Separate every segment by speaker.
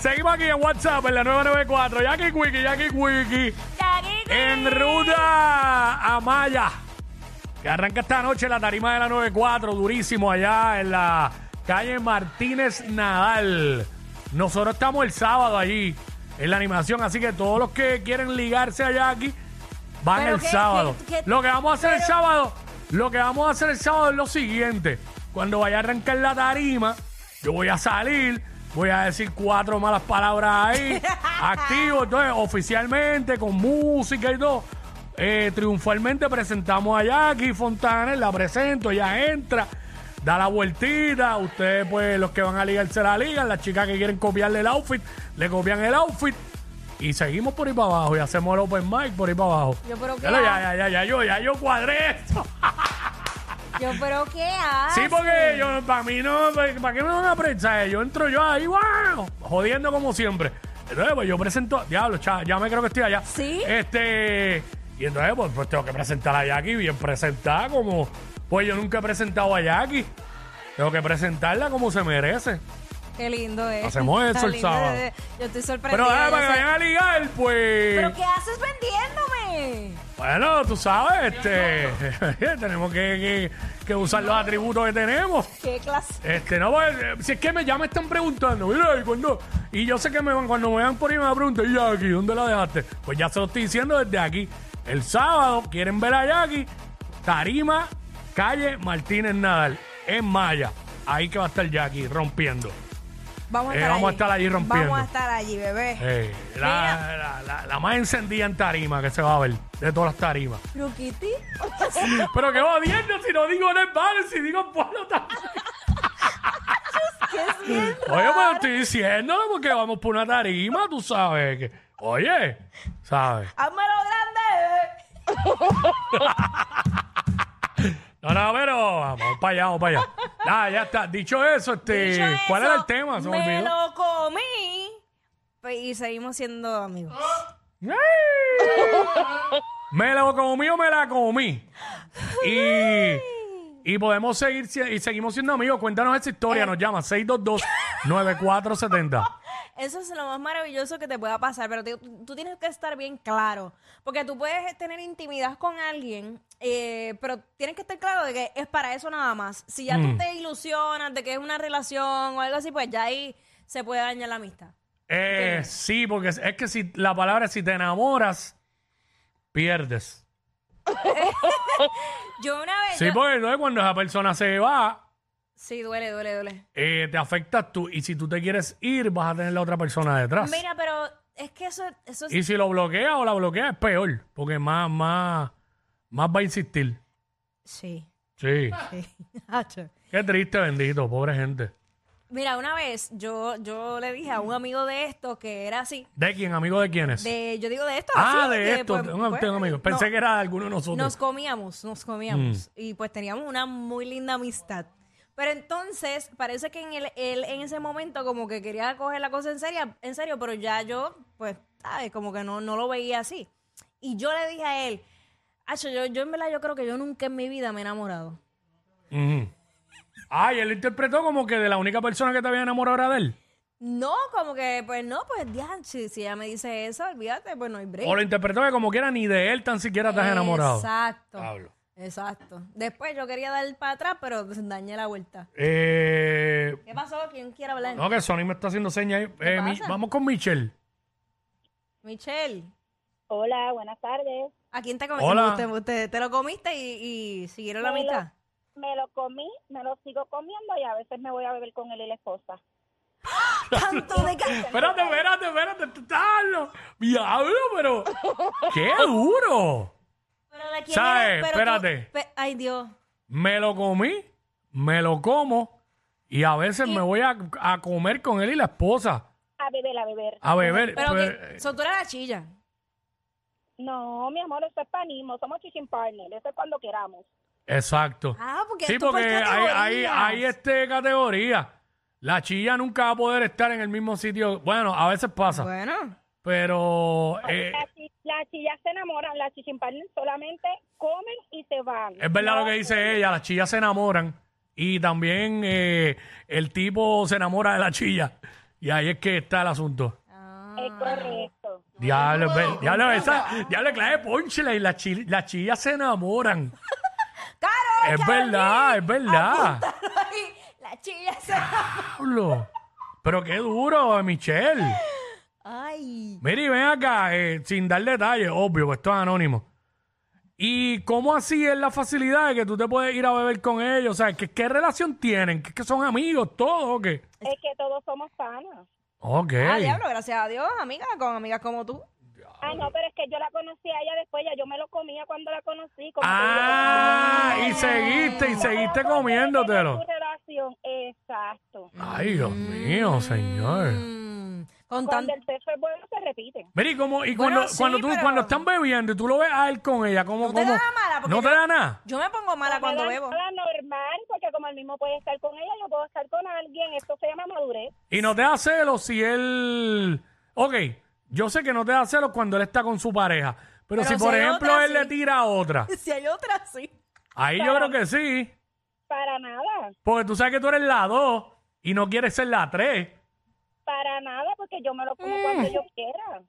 Speaker 1: Seguimos aquí en WhatsApp en la 994. Jackie Quickie, Jackie Quickie. En ruta a Maya. Que arranca esta noche la tarima de la 94, durísimo allá en la calle Martínez Nadal. Nosotros estamos el sábado allí en la animación, así que todos los que quieren ligarse a Jackie van
Speaker 2: Pero
Speaker 1: el
Speaker 2: qué-
Speaker 1: sábado.
Speaker 2: qué- qué-
Speaker 1: lo que vamos a hacer el
Speaker 2: pero-
Speaker 1: sábado, lo que vamos a hacer el sábado es lo siguiente. Cuando vaya a arrancar la tarima, yo voy a salir, voy a decir cuatro malas palabras ahí, activo, entonces oficialmente, con música y todo. eh, triunfalmente presentamos a Jackie Fontanes, la presento, ella entra, da la vueltita, ustedes pues los que van a ligarse la ligan, las chicas que quieren copiarle el outfit, le copian el outfit y seguimos por ahí para abajo y hacemos el open mic por ahí para abajo.
Speaker 2: Yo, pero qué
Speaker 1: Ya, ya, ya, ya, ya, yo, ya yo cuadré esto.
Speaker 2: Yo, pero ¿qué haces?
Speaker 1: Ah, Sí, porque yo, para mí no, ¿para qué me van a prestar? Yo entro yo ahí, wow, jodiendo como siempre. Entonces, pues yo presento, diablo, cha, ya me creo que estoy allá.
Speaker 2: ¿Sí?
Speaker 1: Este, y entonces, pues, pues, tengo que presentar a Jackie bien presentada, como, pues yo nunca he presentado a Jackie. Tengo que presentarla como se merece.
Speaker 2: Qué lindo es.
Speaker 1: Hacemos eso
Speaker 2: Está
Speaker 1: el
Speaker 2: lindo,
Speaker 1: sábado.
Speaker 2: eh, Yo estoy sorprendida.
Speaker 1: Pero ah,
Speaker 2: yo
Speaker 1: para que
Speaker 2: sé.
Speaker 1: vayan a ligar, pues.
Speaker 2: ¿Pero qué haces vendiéndome?
Speaker 1: Bueno, tú sabes, este, tenemos que, que- que usar los atributos que tenemos.
Speaker 2: ¿Qué clase?
Speaker 1: Este, no, pues, eh, si es que me, ya me están preguntando, mira, y cuando, y yo sé que me van, cuando me van por ahí me van a preguntar, ¿y Jackie, dónde la dejaste? Pues ya se lo estoy diciendo desde aquí. El sábado quieren ver a Jackie, Tarima, calle Martínez Nadal, en Maya. Ahí que va a estar Jackie rompiendo.
Speaker 2: Vamos a
Speaker 1: Eh,
Speaker 2: estar
Speaker 1: vamos a
Speaker 2: allí.
Speaker 1: estar allí rompiendo.
Speaker 2: Vamos a estar allí, bebé.
Speaker 1: Eh,
Speaker 2: Mira.
Speaker 1: la, la- la- la más encendida en Tarima que se va a ver, de todas las tarimas.
Speaker 2: Pero, Kitty,
Speaker 1: Pero qué jodiendo si no digo en el bar, si digo pueblo también.
Speaker 2: ¿qué es bien?
Speaker 1: Oye, pero estoy diciéndolo porque vamos por una tarima, tú sabes. Que, oye, ¿sabes?
Speaker 2: Házmelo grande.
Speaker 1: No, no, pero vamos para allá, vamos para allá. Nada, ya está. Dicho eso, este,
Speaker 2: Dicho
Speaker 1: ¿cuál
Speaker 2: eso,
Speaker 1: era el tema? Se me
Speaker 2: me
Speaker 1: olvidó.
Speaker 2: lo comí. Pues, y seguimos siendo amigos.
Speaker 1: ¡Ay! Me lo comí o me la comí. Y, y podemos seguir si- y seguimos siendo amigos. Cuéntanos esa historia,
Speaker 2: Eh.
Speaker 1: nos llama 622-9470.
Speaker 2: Eso es lo más maravilloso que te pueda pasar, pero te- tú tienes que estar bien claro, porque tú puedes tener intimidad con alguien, eh, pero tienes que estar claro de que es para eso nada más. Si ya
Speaker 1: Mm.
Speaker 2: tú te ilusionas de que es una relación o algo así, pues ya ahí se puede dañar la amistad.
Speaker 1: Eh, sí, porque es, es que si la palabra es si te enamoras, pierdes.
Speaker 2: Yo una vez...
Speaker 1: Sí,
Speaker 2: yo-
Speaker 1: porque entonces cuando esa persona se va,
Speaker 2: sí, duele, duele, duele.
Speaker 1: eh, te afectas tú. Y si tú te quieres ir, vas a tener la otra persona detrás.
Speaker 2: Mira, pues- pero es que eso, eso es-
Speaker 1: Y si lo bloqueas o la bloqueas, es peor, porque más, más, más va a insistir.
Speaker 2: Sí.
Speaker 1: Sí.
Speaker 2: Hacho.
Speaker 1: Qué triste, bendito, pobre gente.
Speaker 2: Mira, una vez yo, yo le dije a un amigo de esto que era así.
Speaker 1: ¿De quién? ¿Amigo de quién es?
Speaker 2: De, yo digo de esto.
Speaker 1: ah,
Speaker 2: así,
Speaker 1: de
Speaker 2: que,
Speaker 1: esto.
Speaker 2: pues,
Speaker 1: tengo,
Speaker 2: pues,
Speaker 1: tengo amigos. Pensé
Speaker 2: no.
Speaker 1: que era de alguno de nosotros.
Speaker 2: Nos comíamos, nos
Speaker 1: Mm.
Speaker 2: comíamos. Y pues teníamos una muy linda amistad. Pero entonces, parece que en el, él en ese momento como que quería coger la cosa en serio, en serio pero ya yo, pues, ¿sabes? Como que no, no lo veía así. Y yo le dije a él, Acho, yo, yo en verdad yo creo que yo nunca en mi vida me he enamorado.
Speaker 1: Ujú. Ah, y él lo interpretó como que de la única persona que te había enamorado era de él.
Speaker 2: No, como que, pues no, pues, ya, si, si ella me dice eso, olvídate, pues no hay break.
Speaker 1: O lo interpretó que como quiera ni de él tan siquiera estás enamorado.
Speaker 2: Exacto.
Speaker 1: Pablo.
Speaker 2: Exacto. Después yo quería dar para atrás, pero dañé la vuelta.
Speaker 1: Eh,
Speaker 2: ¿Qué pasó? ¿Quién quiere hablar?
Speaker 1: no, que Sony me está haciendo señas. ahí.
Speaker 2: ¿Qué
Speaker 1: Eh, mi-
Speaker 2: pasa?
Speaker 1: vamos con Michelle.
Speaker 2: Michelle,
Speaker 3: Hola, buenas tardes.
Speaker 2: ¿a quién te comiste?
Speaker 1: Hola.
Speaker 2: Usted, usted- te lo comiste y, y siguieron la
Speaker 3: Me lo-
Speaker 2: mitad.
Speaker 3: Me lo comí, me lo sigo comiendo y a veces me voy a beber con él y la esposa.
Speaker 2: Tanto de ca-
Speaker 1: Espérate, espérate, espérate. tú estás hablo. Diablo, pero. ¡Qué duro!
Speaker 2: Pero de quién
Speaker 1: ¿Sabe?
Speaker 2: era- pero tú-
Speaker 1: Espérate.
Speaker 2: pe- ay, Dios.
Speaker 1: Me lo comí, me lo como y a veces me voy a, a comer con él y la esposa.
Speaker 3: A beber, a beber.
Speaker 1: A beber.
Speaker 2: Pero que.
Speaker 1: pues,
Speaker 2: So, tú eras la chilla.
Speaker 3: No, mi amor, eso es panismo. Somos chichin partner. Eso es cuando queramos.
Speaker 1: Exacto.
Speaker 2: Ah, porque
Speaker 1: Sí,
Speaker 2: esto por
Speaker 1: porque hay, hay,
Speaker 2: categorías.
Speaker 1: hay este categoría. La chilla nunca va a poder estar en el mismo sitio. Bueno, a veces pasa.
Speaker 2: Bueno.
Speaker 1: Pero eh,
Speaker 3: Las chi- las chillas se enamoran. Las chichin partner solamente comen y se van.
Speaker 1: es verdad
Speaker 3: No,
Speaker 1: lo que dice ella, las chillas se enamoran y también eh, el tipo se enamora de la chilla. Y ahí es que está el asunto.
Speaker 2: Ah.
Speaker 3: Es correcto.
Speaker 1: Diablo, ve- diablo, esa, diablo, clave ponchela y las chi- las chillas se enamoran.
Speaker 2: ¡Claro!
Speaker 1: Es verdad, es verdad.
Speaker 2: apúntalo ahí. La chilla se...
Speaker 1: Diablo. Pero qué duro, Michelle.
Speaker 2: ¡Ay!
Speaker 1: Miri, ven acá, eh, sin dar detalles, obvio, pues esto es anónimo. ¿Y cómo así es la facilidad de que tú te puedes ir a beber con ellos? O sea, ¿qué, qué relación tienen? ¿Que, que son amigos todos o qué?
Speaker 3: Es que todos somos panas.
Speaker 1: Ok.
Speaker 2: Ah, diablo, gracias a Dios, amiga, con amigas como tú.
Speaker 3: Ah, no, pero es que yo la conocí a ella después, ya yo me lo comía cuando la conocí. como que
Speaker 1: Ah,
Speaker 3: yo-
Speaker 1: y seguiste, y
Speaker 3: Como que
Speaker 1: seguiste
Speaker 3: era
Speaker 1: comiéndotelo.
Speaker 3: tu relación, exacto.
Speaker 1: Ay, Dios mío, señor.
Speaker 2: Mm, con tan...
Speaker 3: Cuando el sexo es bueno, se repite.
Speaker 1: Miri, ¿cómo- y
Speaker 2: Bueno,
Speaker 1: cuando,
Speaker 2: sí,
Speaker 1: cuando tú
Speaker 2: pero-
Speaker 1: cuando están bebiendo y tú lo ves a él con ella, ¿cómo?
Speaker 2: No te
Speaker 1: cómo?
Speaker 2: da mala, porque
Speaker 1: ¿No te
Speaker 2: yo-
Speaker 1: da nada?
Speaker 2: Yo me pongo mala Ah, cuando
Speaker 3: No me da
Speaker 2: bebo.
Speaker 3: nada normal, porque como el mismo puede estar con ella, yo puedo estar con alguien. Esto se llama madurez.
Speaker 1: Y no te da celos si él. Ok, yo sé que no te da celos cuando él está con su pareja. Pero,
Speaker 2: Pero
Speaker 1: si,
Speaker 2: si
Speaker 1: por
Speaker 2: hay
Speaker 1: ejemplo,
Speaker 2: otra,
Speaker 1: él le
Speaker 2: sí.
Speaker 1: tira a otra,
Speaker 2: Si hay otra, sí.
Speaker 1: ahí yo creo que sí.
Speaker 3: Para nada,
Speaker 1: Porque tú sabes que tú eres la 2 y no quieres ser la 3.
Speaker 3: para nada, porque yo me lo como
Speaker 2: Mm.
Speaker 3: cuando yo quiera.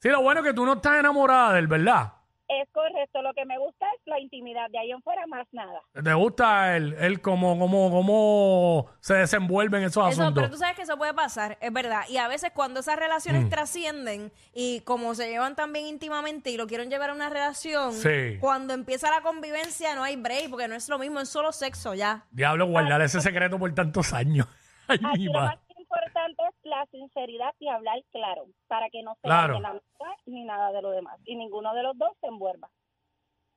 Speaker 1: Sí, lo bueno es que tú no estás enamorada de él, ¿verdad?
Speaker 3: Es correcto, lo que me gusta es la intimidad, de ahí en fuera más nada.
Speaker 1: Te gusta él, él como, como, como se desenvuelven esos
Speaker 2: Eso, pero tú
Speaker 1: asuntos.
Speaker 2: sabes que eso puede pasar, es verdad. Y a veces cuando esas relaciones
Speaker 1: Mm.
Speaker 2: trascienden y como se llevan tan bien íntimamente y lo quieren llevar a una relación,
Speaker 1: Sí.
Speaker 2: cuando empieza la convivencia no hay break porque no es lo mismo, es solo sexo ya.
Speaker 1: Diablo, guardar ese secreto por tantos años. Ay,
Speaker 3: Aquí
Speaker 1: mi
Speaker 3: lo
Speaker 1: madre.
Speaker 3: más importante es la sinceridad y hablar claro, para que no se
Speaker 1: Claro.
Speaker 3: dañe la amistad ni nada de lo demás. Y ninguno de los dos se envuelva.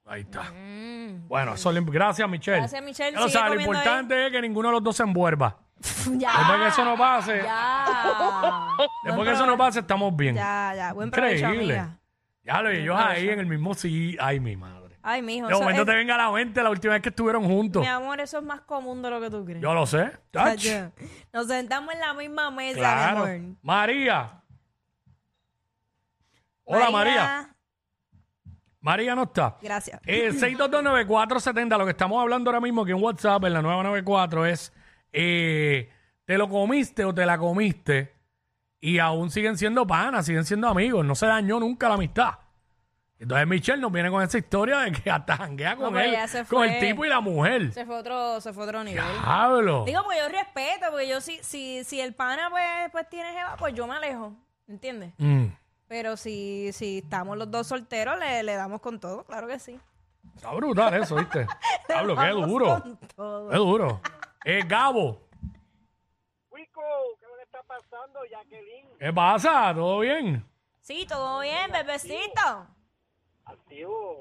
Speaker 1: Ahí está.
Speaker 2: Mm.
Speaker 1: Bueno, eso le- gracias, Michelle.
Speaker 2: Gracias, Michelle.
Speaker 1: Ya lo
Speaker 2: Sigue
Speaker 1: sabes, lo
Speaker 2: comiendo ahí.
Speaker 1: importante es que ninguno de los dos se envuelva. Después que
Speaker 2: ya.
Speaker 1: eso no pase,
Speaker 2: Ya.
Speaker 1: después que eso no pase, estamos bien.
Speaker 2: Ya, ya. Buen provecho,
Speaker 1: Increíble.
Speaker 2: amiga.
Speaker 1: Ya lo ellos ahí en el mismo sí. Ay, mi madre.
Speaker 2: Ay, mijo.
Speaker 1: De
Speaker 2: eso
Speaker 1: momento
Speaker 2: es-
Speaker 1: te venga a la mente la última vez que estuvieron juntos.
Speaker 2: mi amor, eso es más común de lo que tú crees.
Speaker 1: Yo lo sé.
Speaker 2: O sea,
Speaker 1: Ach,
Speaker 2: yo- Nos sentamos en la misma mesa, mi
Speaker 1: claro.
Speaker 2: amor.
Speaker 1: María. Hola, María. María no está.
Speaker 2: Gracias.
Speaker 1: Eh, 6229470, lo que estamos hablando ahora mismo aquí en WhatsApp, en la 994, es eh, te lo comiste o te la comiste y aún siguen siendo panas, siguen siendo amigos, no se dañó nunca la amistad. Entonces Michelle nos viene con esa historia de que hasta janguea con
Speaker 2: pero
Speaker 1: él,
Speaker 2: ya se
Speaker 1: con
Speaker 2: fue.
Speaker 1: el tipo y la mujer.
Speaker 2: Se fue otro, se fue otro nivel.
Speaker 1: Diablo.
Speaker 2: Digo, porque yo respeto, porque yo si, si, si el pana pues, pues tiene jeva, pues yo me alejo, ¿entiendes?
Speaker 1: Mm,
Speaker 2: Pero si, si estamos los dos solteros, le, le damos con todo, claro que sí.
Speaker 1: está brutal eso, ¿viste? Diablo, qué
Speaker 2: Vamos
Speaker 1: duro.
Speaker 2: con todo.
Speaker 1: Qué duro. Eh, Gabo,
Speaker 4: Wico, ¿qué es lo que está pasando, Jacqueline?
Speaker 1: ¿qué pasa? ¿Todo bien?
Speaker 2: Sí, todo bien, bebecito.
Speaker 4: Activo,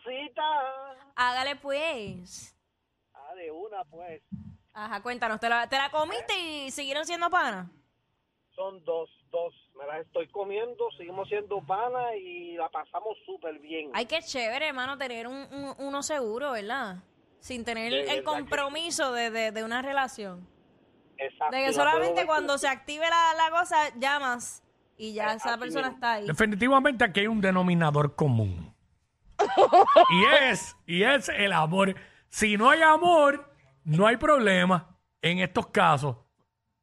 Speaker 4: mamacita.
Speaker 2: Hágale pues.
Speaker 4: Ah, de una, pues.
Speaker 2: Ajá, cuéntanos, ¿te la, te la comiste y siguieron siendo panas?
Speaker 4: Son dos, dos. Me las estoy comiendo, seguimos siendo panas y la pasamos súper bien.
Speaker 2: Ay, qué chévere, hermano, tener un, un- uno seguro, ¿verdad? Sin tener
Speaker 4: De
Speaker 2: el
Speaker 4: verdad que sí.
Speaker 2: compromiso de, de, de una relación.
Speaker 4: Exacto.
Speaker 2: De que
Speaker 4: Ah, la puedo
Speaker 2: solamente
Speaker 4: ver
Speaker 2: cuando se active la, la cosa, llamas y ya
Speaker 4: Eh,
Speaker 2: esa
Speaker 4: así
Speaker 2: persona
Speaker 4: mismo.
Speaker 2: está ahí.
Speaker 1: Definitivamente aquí hay un denominador común. y es, y es el amor. Si no hay amor, no hay problema en estos casos.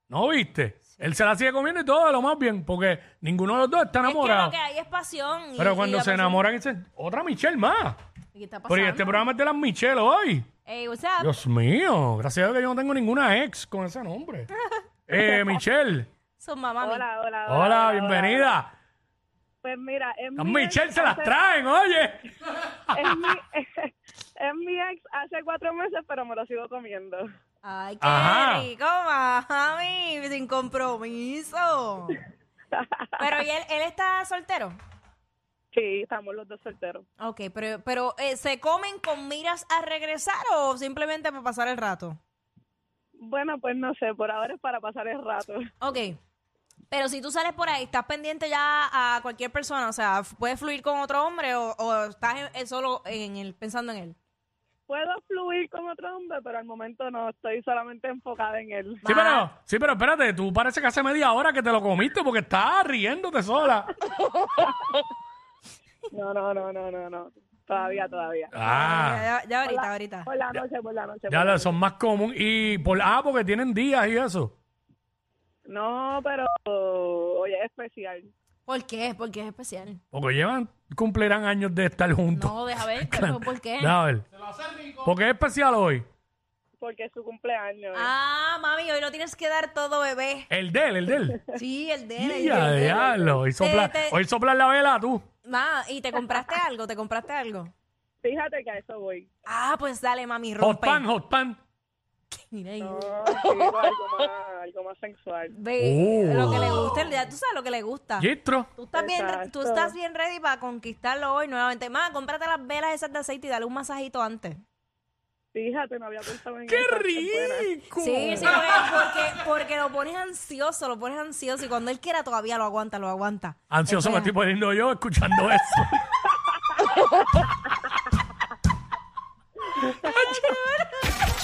Speaker 1: ¿No viste? Él se la sigue comiendo y todo, lo más bien, porque ninguno de los dos está
Speaker 2: Es que
Speaker 1: enamorado.
Speaker 2: lo que hay es pasión. y-
Speaker 1: Pero
Speaker 2: y
Speaker 1: cuando
Speaker 2: la Pues
Speaker 1: se
Speaker 2: pasión-
Speaker 1: enamoran, dicen, otra Michelle más.
Speaker 2: ¿Y ¿Qué está pasando?
Speaker 1: Porque este programa es de las Michelle hoy.
Speaker 2: Ey, what's up?
Speaker 1: Dios mío, gracias a Dios que yo no tengo ninguna ex con ese nombre. eh, Michelle,
Speaker 2: Son mamá. mi-
Speaker 3: Hola, hola, hola.
Speaker 1: hola, bienvenida.
Speaker 3: Pues mira, es
Speaker 1: Las
Speaker 3: mi ex
Speaker 1: Michelle se las
Speaker 3: hace-
Speaker 1: traen, oye.
Speaker 3: Es mi, es mi ex hace cuatro meses, pero me lo sigo comiendo.
Speaker 2: Ay, qué
Speaker 1: Ajá.
Speaker 2: rico, mami. Sin compromiso. pero ¿y él, él está soltero?
Speaker 3: Sí, estamos los dos solteros.
Speaker 2: Ok, pero, pero eh, ¿se comen con miras a regresar o simplemente para pasar el rato?
Speaker 3: Bueno, pues no sé, por ahora es para pasar el rato.
Speaker 2: Ok. Pero si tú sales por ahí, ¿estás pendiente ya a cualquier persona? O sea, f- ¿puedes fluir con otro hombre o, o estás en- en solo en él, pensando en él?
Speaker 3: Puedo fluir con otro hombre, pero al momento no, estoy solamente enfocada en él.
Speaker 1: Sí pero, sí, pero espérate, tú parece que hace media hora que te lo comiste porque estás riéndote sola.
Speaker 3: No, no, no, no, no, no. Todavía, todavía.
Speaker 1: Ah,
Speaker 2: Ya, ya ahorita, ahorita.
Speaker 3: Por la noche, por la noche. por
Speaker 1: ya
Speaker 3: la
Speaker 1: lo- son más común. Y por, ah, porque tienen días y eso.
Speaker 3: noche. No, pero hoy es especial.
Speaker 2: ¿Por qué? Porque es especial.
Speaker 1: Porque llevan, cumplirán años de estar juntos.
Speaker 2: No, deja ver, pero ¿por qué?
Speaker 1: Déjame ver. Porque es especial hoy.
Speaker 3: Porque es su cumpleaños.
Speaker 2: Ah, mami, hoy no tienes que dar todo, bebé.
Speaker 1: El de él, el de él.
Speaker 2: Sí, el de él. el
Speaker 1: Ya,
Speaker 2: de él.
Speaker 1: diablo. Hoy sopla,
Speaker 2: Te- te-
Speaker 1: hoy sopla la vela tú.
Speaker 2: Ma, ¿y te compraste algo? ¿Te compraste algo?
Speaker 3: Fíjate que a eso voy.
Speaker 2: Ah, pues dale, mami,
Speaker 1: Hot
Speaker 2: rompe.
Speaker 1: pan, hot pan.
Speaker 2: Mira ahí.
Speaker 3: No, quiero algo más, algo más sensual.
Speaker 2: Ve,
Speaker 1: Oh.
Speaker 2: lo que le gusta, ya tú sabes lo que le gusta.
Speaker 1: Gistro.
Speaker 2: Tú estás, bien, re- tú
Speaker 3: Exacto.
Speaker 2: estás bien ready para conquistarlo hoy nuevamente. Ma, cómprate las velas esas de aceite y dale un masajito antes.
Speaker 3: Fíjate, no había pensado en
Speaker 1: ¡Qué
Speaker 3: eso, es buena.
Speaker 1: rico!
Speaker 2: Sí, sí, porque, porque, porque lo pones ansioso, lo pones ansioso y cuando él quiera todavía lo aguanta, lo aguanta.
Speaker 1: Ansioso me
Speaker 2: Espera.
Speaker 1: estoy poniendo yo escuchando eso.